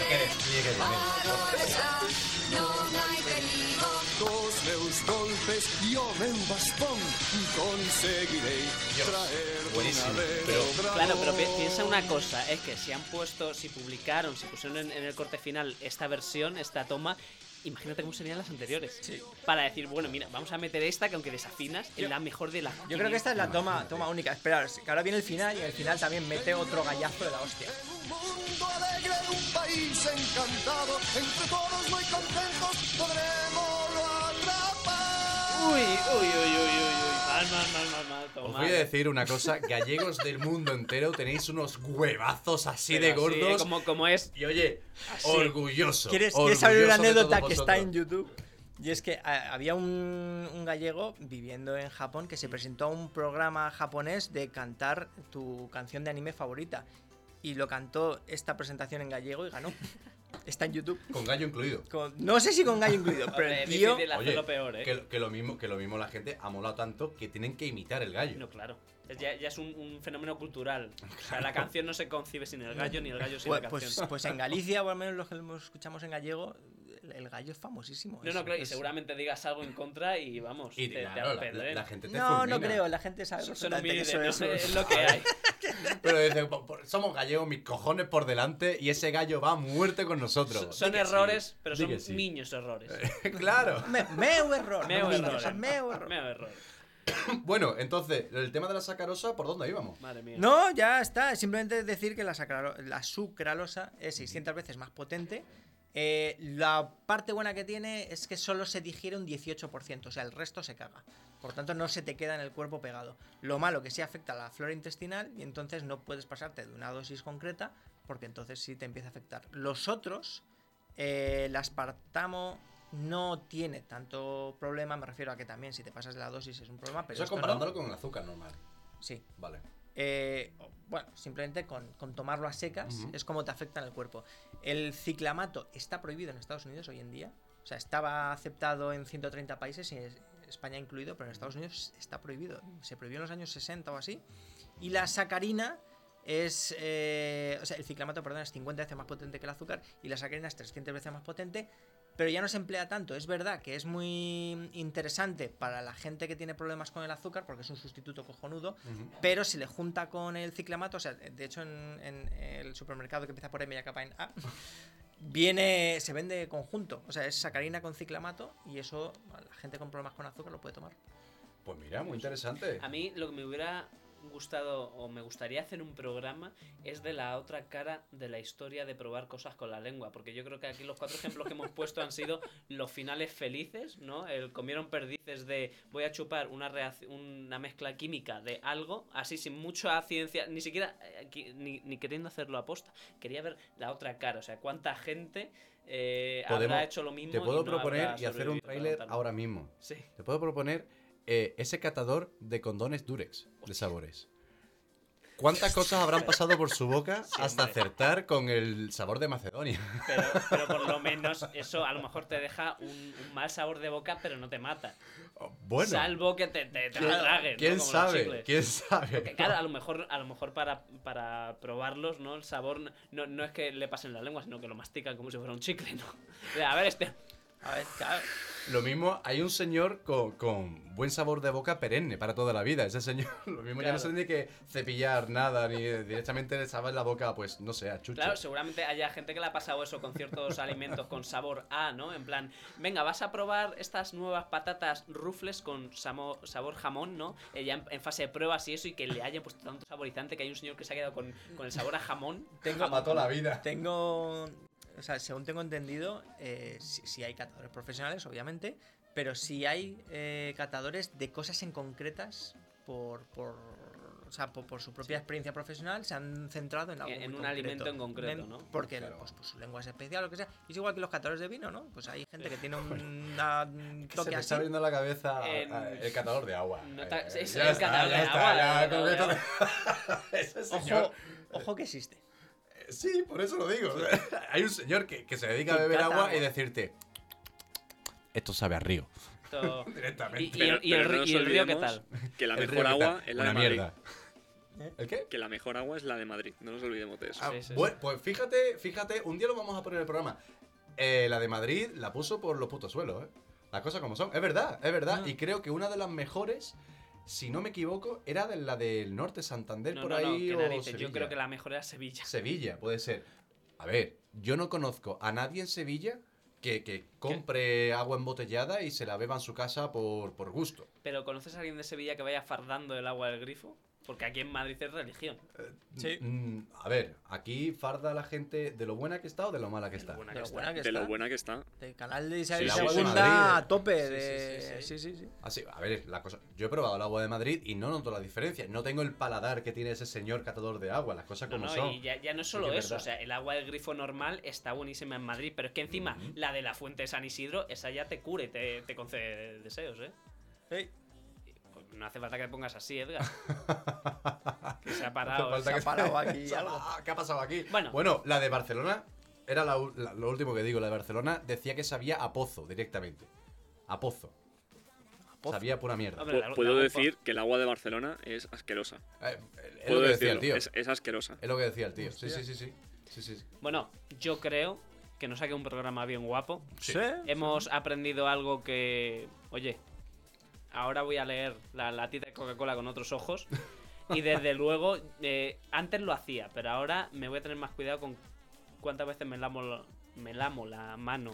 Speaker 6: Que despliegue de dinero.
Speaker 2: Dos meus golpes, yo me un bastón, y conseguiré
Speaker 6: Dios,
Speaker 2: traer
Speaker 6: buenísimo,
Speaker 2: un alero
Speaker 6: pero-
Speaker 3: Claro, pero pi- piensa una cosa, es que si han puesto, si publicaron, si pusieron en, en el corte final esta versión, esta toma, imagínate cómo serían las anteriores. Para decir, bueno, mira, vamos a meter esta que aunque desafinas, es la mejor de las.
Speaker 5: Yo creo que esta es la toma, toma única. Esperar, que ahora viene el final y al final también mete otro gallazo de la hostia.
Speaker 2: En un mundo alegre, un país encantado, entre todos muy contentos podremos atrapar.
Speaker 3: Uy, uy, uy, uy, uy, uy. Mal, mal, mal, mal, mal.
Speaker 6: Os
Speaker 3: toma.
Speaker 6: voy a decir una cosa, gallegos del mundo entero tenéis unos huevazos así
Speaker 3: Pero
Speaker 6: de
Speaker 3: así,
Speaker 6: gordos.
Speaker 3: como, como es.
Speaker 6: Y oye, orgulloso.
Speaker 5: ¿Quieres, quieres saber una
Speaker 6: orgulloso de
Speaker 5: anécdota
Speaker 6: todos
Speaker 5: que está en
Speaker 6: vosotros.
Speaker 5: YouTube? Y es que a- había un, un gallego viviendo en Japón que se presentó a un programa japonés de cantar tu canción de anime favorita. Y lo cantó esta presentación en gallego y ganó. Está en YouTube.
Speaker 6: Con gallo incluido.
Speaker 5: Con- no sé si con gallo incluido, pero
Speaker 3: Hombre,
Speaker 5: el
Speaker 3: es
Speaker 5: tío...
Speaker 3: difícil hacerlo
Speaker 6: Oye,
Speaker 3: peor, ¿eh?
Speaker 6: Que, lo- que lo mismo, que lo mismo la gente ha molado tanto que tienen que imitar el gallo.
Speaker 3: No, claro. Es ya, ya es un, un fenómeno cultural. O sea, la canción no se concibe sin el gallo, ni el gallo sin
Speaker 5: Pues,
Speaker 3: la
Speaker 5: pues,
Speaker 3: canción.
Speaker 5: pues en Galicia, o al menos los que lo escuchamos en gallego, el- el gallo es famosísimo.
Speaker 3: No,
Speaker 5: es-
Speaker 3: no, claro, y
Speaker 5: es-
Speaker 3: seguramente digas algo en contra y vamos,
Speaker 6: pues, y
Speaker 3: te, te
Speaker 6: claro, la,
Speaker 3: apedrean.
Speaker 6: la- la gente te
Speaker 5: No, no
Speaker 6: fulmina.
Speaker 5: creo, la gente sabe
Speaker 3: Son- Son
Speaker 5: perfectamente que
Speaker 3: humildes,
Speaker 5: eso
Speaker 3: ¿no?
Speaker 5: es-
Speaker 3: es lo que hay.
Speaker 6: Pero dice, "Po- po- somos gallegos, mis cojones por delante y ese gallo va a muerte con nosotros.
Speaker 3: Son
Speaker 6: Di que sí,
Speaker 3: errores, pero
Speaker 6: di
Speaker 3: son
Speaker 6: que sí. Eh,
Speaker 3: niños errores.
Speaker 6: claro.
Speaker 5: Me- Meu error.
Speaker 3: Meo
Speaker 5: niños,
Speaker 3: errores.
Speaker 5: meu error.
Speaker 3: Meo errores.
Speaker 6: Bueno, entonces, el tema de la sacarosa, ¿por dónde íbamos?
Speaker 3: Madre mía.
Speaker 5: No, ya está. Simplemente decir que la, sacralo- la sucralosa es 600 veces más potente. Eh, la parte buena que tiene es que solo se digiere un 18%, o sea, el resto se caga. Por tanto, no se te queda en el cuerpo pegado. Lo malo que sí afecta a la flora intestinal y entonces no puedes pasarte de una dosis concreta porque entonces sí te empieza a afectar. Los otros, eh, el aspartamo no tiene tanto problema, me refiero a que también si te pasas de la dosis es un problema, pero
Speaker 6: Eso
Speaker 5: esto no.
Speaker 6: comparándolo con el azúcar normal.
Speaker 5: Sí,
Speaker 6: Vale.
Speaker 5: eh, o- bueno, simplemente con, con tomarlo a secas
Speaker 6: Ujú.
Speaker 5: es como te afecta en el cuerpo. El ciclamato está prohibido en Estados Unidos hoy en día. O sea, estaba aceptado en 130 países, y es- España incluido, pero en Estados Unidos está prohibido. Se prohibió en los años 60 o así. Y la sacarina es. eh, o sea, el ciclamato, perdón, es 50 veces más potente que el azúcar y la sacarina es 300 veces más potente. Pero ya no se emplea tanto. Es verdad que es muy interesante para la gente que tiene problemas con el azúcar, porque es un sustituto cojonudo,
Speaker 6: Ujú.
Speaker 5: pero se le junta con el ciclamato, o sea, de hecho en, en el supermercado que empieza por M y acaba en A, viene, se vende conjunto, o sea, es sacarina con ciclamato y eso la gente con problemas con azúcar lo puede tomar.
Speaker 6: Pues mira, muy interesante.
Speaker 3: A mí lo que me hubiera gustado o me gustaría hacer un programa es de la otra cara de la historia de probar cosas con la lengua, porque yo creo que aquí los cuatro ejemplos que hemos puesto han sido los finales felices, ¿no? El comieron perdices de voy a chupar una reac- una mezcla química de algo, así sin mucha ciencia, ni siquiera eh, qui- ni, ni queriendo hacerlo aposta. Quería ver la otra cara, o sea, cuánta gente eh,
Speaker 6: Podemos-
Speaker 3: habrá hecho lo mismo.
Speaker 6: Te
Speaker 3: y
Speaker 6: puedo
Speaker 3: no habrá
Speaker 6: proponer y hacer un
Speaker 3: sobrevivido para
Speaker 6: tráiler
Speaker 3: contarlo.
Speaker 6: ahora mismo.
Speaker 3: Sí.
Speaker 6: Te puedo proponer eh, ese catador de condones Durex, de sabores. ¿Cuántas cosas habrán pasado por su boca hasta
Speaker 3: hombre.
Speaker 6: acertar con el sabor de Macedonia?
Speaker 3: Pero, pero por lo menos eso a lo mejor te deja un, un mal sabor de boca, pero no te mata.
Speaker 6: Bueno,
Speaker 3: Salvo que te, te, te la tragues, ¿no?
Speaker 6: ¿quién
Speaker 3: Como los
Speaker 6: sabe?
Speaker 3: chicles.
Speaker 6: ¿Quién sabe?
Speaker 3: Porque, claro, a lo mejor, a lo mejor para, para probarlos, ¿no? El sabor no- no, no es que le pasen la lengua, sino que lo mastican como si fuera un chicle, ¿no? De, A ver, este.
Speaker 5: A ver, claro,
Speaker 6: Lo mismo, hay un señor con, con buen sabor de boca perenne para toda la vida. Ese señor, lo mismo ya no
Speaker 3: Claro.
Speaker 6: se tiene que cepillar nada, ni directamente le sabe la boca, pues no sé, a chucho.
Speaker 3: Claro, seguramente haya gente que le ha pasado eso con ciertos alimentos con sabor A, ¿no? En plan, venga, vas a probar estas nuevas patatas rufles con samo- sabor jamón, ¿no? Eh, ya en, en fase de pruebas y eso, y que le hayan puesto tanto saborizante que hay un señor que se ha quedado con, con el sabor a jamón.
Speaker 6: tengo para toda la vida.
Speaker 5: tengo, o sea, según tengo entendido, eh, si, si hay catadores profesionales, obviamente, pero si hay eh, catadores de cosas en concretas por... por o sea, por, por su propia experiencia profesional se han centrado en algo
Speaker 3: En-
Speaker 5: muy
Speaker 3: en un
Speaker 5: concreto.
Speaker 3: alimento en concreto, ¿no?
Speaker 5: Porque
Speaker 6: Claro.
Speaker 5: pues, pues, su lengua es especial, lo que sea. Y es igual que los catadores de vino, ¿no? Pues hay gente que tiene un, una- un
Speaker 6: Se
Speaker 5: toque
Speaker 6: me
Speaker 5: así.
Speaker 6: está abriendo la cabeza
Speaker 3: En-
Speaker 6: a- a- el catador de agua.
Speaker 3: No ta-
Speaker 6: Eh,
Speaker 3: sí, sí,
Speaker 6: ya
Speaker 3: el
Speaker 6: está,
Speaker 3: catador
Speaker 6: ya
Speaker 3: de
Speaker 6: está,
Speaker 3: agua,
Speaker 6: ya
Speaker 3: el catador de
Speaker 6: concreto- Ese señor. eh,
Speaker 5: Ojo, ojo que existe.
Speaker 6: Sí, por eso lo digo. Hay un señor que, que se dedica a
Speaker 5: Que
Speaker 6: beber
Speaker 5: cata
Speaker 6: agua
Speaker 5: agua.
Speaker 6: y decirte. Esto sabe a río.
Speaker 3: Esto- Y,
Speaker 6: Directamente.
Speaker 3: y el, y el
Speaker 1: Pero no
Speaker 3: ri-
Speaker 1: nos
Speaker 3: y el río, ¿qué
Speaker 1: olvidemos
Speaker 3: tal?
Speaker 1: Que la
Speaker 6: El
Speaker 1: mejor
Speaker 6: río que
Speaker 1: agua
Speaker 6: tal.
Speaker 1: es la de
Speaker 6: Una
Speaker 1: Madrid.
Speaker 6: mierda.
Speaker 3: ¿Eh?
Speaker 6: ¿El qué?
Speaker 1: Que la mejor agua es la de Madrid. No nos olvidemos de eso.
Speaker 6: Ah,
Speaker 3: Sí, sí,
Speaker 6: bueno, pues fíjate, fíjate, un día lo vamos a poner en el programa. Eh, la de Madrid la puso por los putos suelos, ¿eh? Las cosas como son. Es verdad, es verdad.
Speaker 3: Ah.
Speaker 6: Y creo que una de las mejores, si no me equivoco, era de la del norte Santander
Speaker 3: No,
Speaker 6: por
Speaker 3: no, no,
Speaker 6: ahí.
Speaker 3: qué
Speaker 6: o
Speaker 3: narices, Yo
Speaker 6: Sevilla.
Speaker 3: creo que la mejor era Sevilla.
Speaker 6: Sevilla, puede ser. A ver, yo no conozco a nadie en Sevilla que, que compre agua embotellada y se la beba en su casa por, por gusto.
Speaker 3: Pero ¿conoces a alguien de Sevilla que vaya fardando el agua del grifo? Porque aquí en Madrid es religión.
Speaker 6: Eh,
Speaker 5: Sí.
Speaker 6: Mm, a ver, aquí farda la gente de lo buena que está o de lo mala que está.
Speaker 5: De lo buena que
Speaker 1: de lo
Speaker 5: está.
Speaker 1: buena que está.
Speaker 5: Del canal de Isabel
Speaker 6: Sí, sí, sí.
Speaker 5: II
Speaker 6: Madrid.
Speaker 5: a tope.
Speaker 3: Sí,
Speaker 5: de-
Speaker 3: sí, sí, sí.
Speaker 5: Sí, sí, sí.
Speaker 6: Así, Ah, a ver, la cosa. Yo he probado el agua de Madrid y no noto la diferencia. No tengo el paladar que tiene ese señor catador de agua, las cosas
Speaker 3: No,
Speaker 6: como
Speaker 3: no,
Speaker 6: son.
Speaker 3: y ya, ya no es
Speaker 6: Sí
Speaker 3: solo
Speaker 6: que es
Speaker 3: eso, o
Speaker 6: verdad.
Speaker 3: sea, el agua del grifo normal está buenísima en Madrid, pero es que encima la de la fuente de San Isidro, esa ya te cura y te, te concede deseos, ¿eh?
Speaker 5: Ey,
Speaker 3: Pues no hace falta que te pongas así, Edgar. que se
Speaker 6: No
Speaker 3: ha
Speaker 6: hace
Speaker 3: parado.
Speaker 6: falta
Speaker 5: se ha
Speaker 6: que-
Speaker 5: parado aquí
Speaker 6: se ha-
Speaker 5: algo.
Speaker 6: ah, ¿Qué ha pasado aquí?
Speaker 3: Bueno.
Speaker 6: la de Barcelona, era la u- la- lo último que digo, la de Barcelona decía que sabía a pozo directamente. A pozo.
Speaker 5: pozo.
Speaker 6: Sabía pura mierda.
Speaker 3: Hombre, la-
Speaker 1: Pu-
Speaker 3: la
Speaker 1: Puedo
Speaker 3: bomba.
Speaker 1: decir que el agua de Barcelona es asquerosa.
Speaker 6: Eh, es lo
Speaker 1: Puedo
Speaker 6: que decía el
Speaker 1: decirlo,
Speaker 6: tío.
Speaker 1: es, es asquerosa.
Speaker 6: Es lo que decía el tío. Sí, sí,
Speaker 5: Hostia.
Speaker 6: sí, sí. Sí, sí, sí.
Speaker 3: Bueno, yo creo que nos saque un programa bien guapo.
Speaker 6: Sí.
Speaker 3: Hemos aprendido algo que. Oye, ahora voy a leer la latita de Coca-Cola con otros ojos. Y desde luego, eh, antes lo hacía, pero ahora me voy a tener más cuidado con cuántas veces me lamo, lo- me lamo la mano.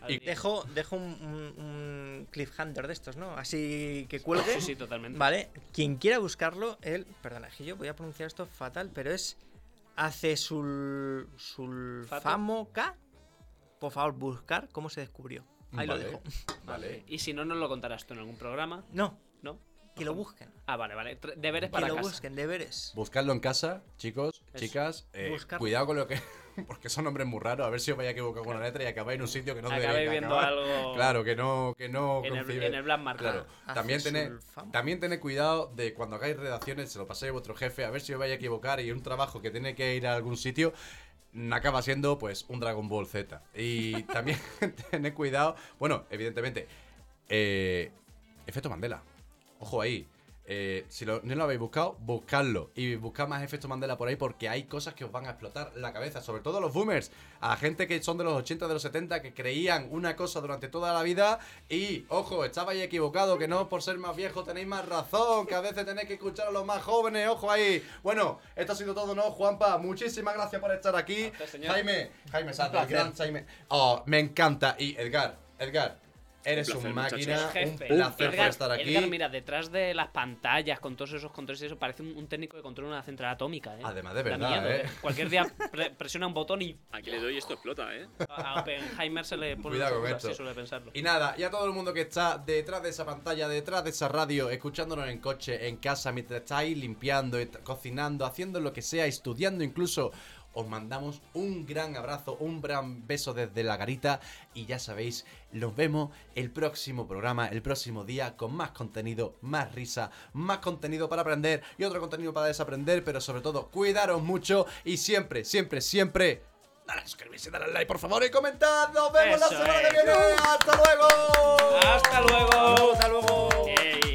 Speaker 3: al
Speaker 6: Y
Speaker 3: día.
Speaker 5: Dejo, dejo un, un- un cliffhanger de estos, ¿no? Así que cuelgue.
Speaker 3: Sí, sí, totalmente.
Speaker 5: Vale, quien quiera buscarlo, el. Perdona, es que yo voy a pronunciar esto fatal, pero es. Hace sul. K. Por favor, buscar cómo se descubrió.
Speaker 6: Vale,
Speaker 5: Ahí lo dejo.
Speaker 6: Vale.
Speaker 3: Y si no, nos lo contarás tú en algún programa,
Speaker 5: No,
Speaker 3: ¿no?
Speaker 5: que lo busquen.
Speaker 3: Ah, vale, vale. Tre- Deberes
Speaker 5: Que
Speaker 3: para
Speaker 5: lo
Speaker 3: casa.
Speaker 5: busquen, deberes.
Speaker 6: Buscadlo en casa, chicos,
Speaker 3: Eso.
Speaker 6: chicas. eh,
Speaker 5: Buscar-
Speaker 6: cuidado con lo que. Porque son nombres muy raros. A ver si os vais a equivocar con una letra y acabáis en un sitio que no
Speaker 3: Acabéis
Speaker 6: deberéis
Speaker 3: viendo
Speaker 6: acabar.
Speaker 3: algo
Speaker 6: Claro, que no, que no
Speaker 3: en, el,
Speaker 6: concibe.
Speaker 3: en el Black Market.
Speaker 6: Claro,
Speaker 5: Ah,
Speaker 6: también tened,
Speaker 5: acesulfamo.
Speaker 6: también tened cuidado de cuando hagáis redacciones, se lo paséis a vuestro jefe, a ver si os vais a equivocar y un trabajo que tiene que ir a algún sitio acaba siendo pues un Dragon Ball Z. Y también tened cuidado, bueno, evidentemente, eh, efecto Mandela, ojo ahí. eh, si lo- no lo habéis buscado, buscadlo. Y buscad más efectos Mandela por ahí porque hay cosas que os van a explotar la cabeza. Sobre todo a los boomers. A la gente que son de los 80, de los 70, que creían una cosa durante toda la vida. Y, ojo, estabais equivocado, que no por ser más viejo tenéis más razón. Que a veces tenéis que escuchar a los más jóvenes. Ojo ahí. Bueno, esto ha sido todo, ¿no, Juanpa? Muchísimas gracias por estar aquí.
Speaker 3: usted, señor.
Speaker 6: Jaime, Jaime Sanz,
Speaker 5: placer.
Speaker 6: gran Jaime. Oh, me encanta. Y Edgar, Edgar. Eres
Speaker 1: Un
Speaker 6: un,
Speaker 1: placer,
Speaker 6: máquina,
Speaker 1: muchachos.
Speaker 6: un
Speaker 3: Jefe.
Speaker 6: placer
Speaker 3: Edgar-
Speaker 6: por estar aquí.
Speaker 3: Edgar, mira, detrás de las pantallas, con todos esos controles y eso, parece un, un técnico de control de una central atómica, ¿eh?
Speaker 6: Además de
Speaker 3: Da
Speaker 6: verdad,
Speaker 3: miedo,
Speaker 6: ¿eh?
Speaker 3: Cualquier día pre- presiona un botón y
Speaker 1: Aquí le doy y esto explota, ¿eh?
Speaker 3: a a Oppenheimer se le pone
Speaker 6: Cuidado
Speaker 3: una
Speaker 6: con
Speaker 3: locura,
Speaker 6: esto.
Speaker 3: sí suele pensarlo.
Speaker 6: Y nada, y a todo el mundo que está detrás de esa pantalla, detrás de esa radio, escuchándonos en coche, en casa, mientras estáis limpiando, et- cocinando, haciendo lo que sea, estudiando incluso, os mandamos un gran abrazo, un gran beso desde la garita y ya sabéis, nos vemos el próximo programa, el próximo día con más contenido, más risa, más contenido para aprender y otro contenido para desaprender, pero sobre todo cuidaros mucho y siempre, siempre, siempre... Dale a suscribirse, dale al like por favor y comentad. Nos vemos la
Speaker 3: Eso
Speaker 6: semana que
Speaker 3: es.
Speaker 6: viene. Hasta luego.
Speaker 3: ¡Hasta luego!
Speaker 5: Hasta luego.
Speaker 3: Ey.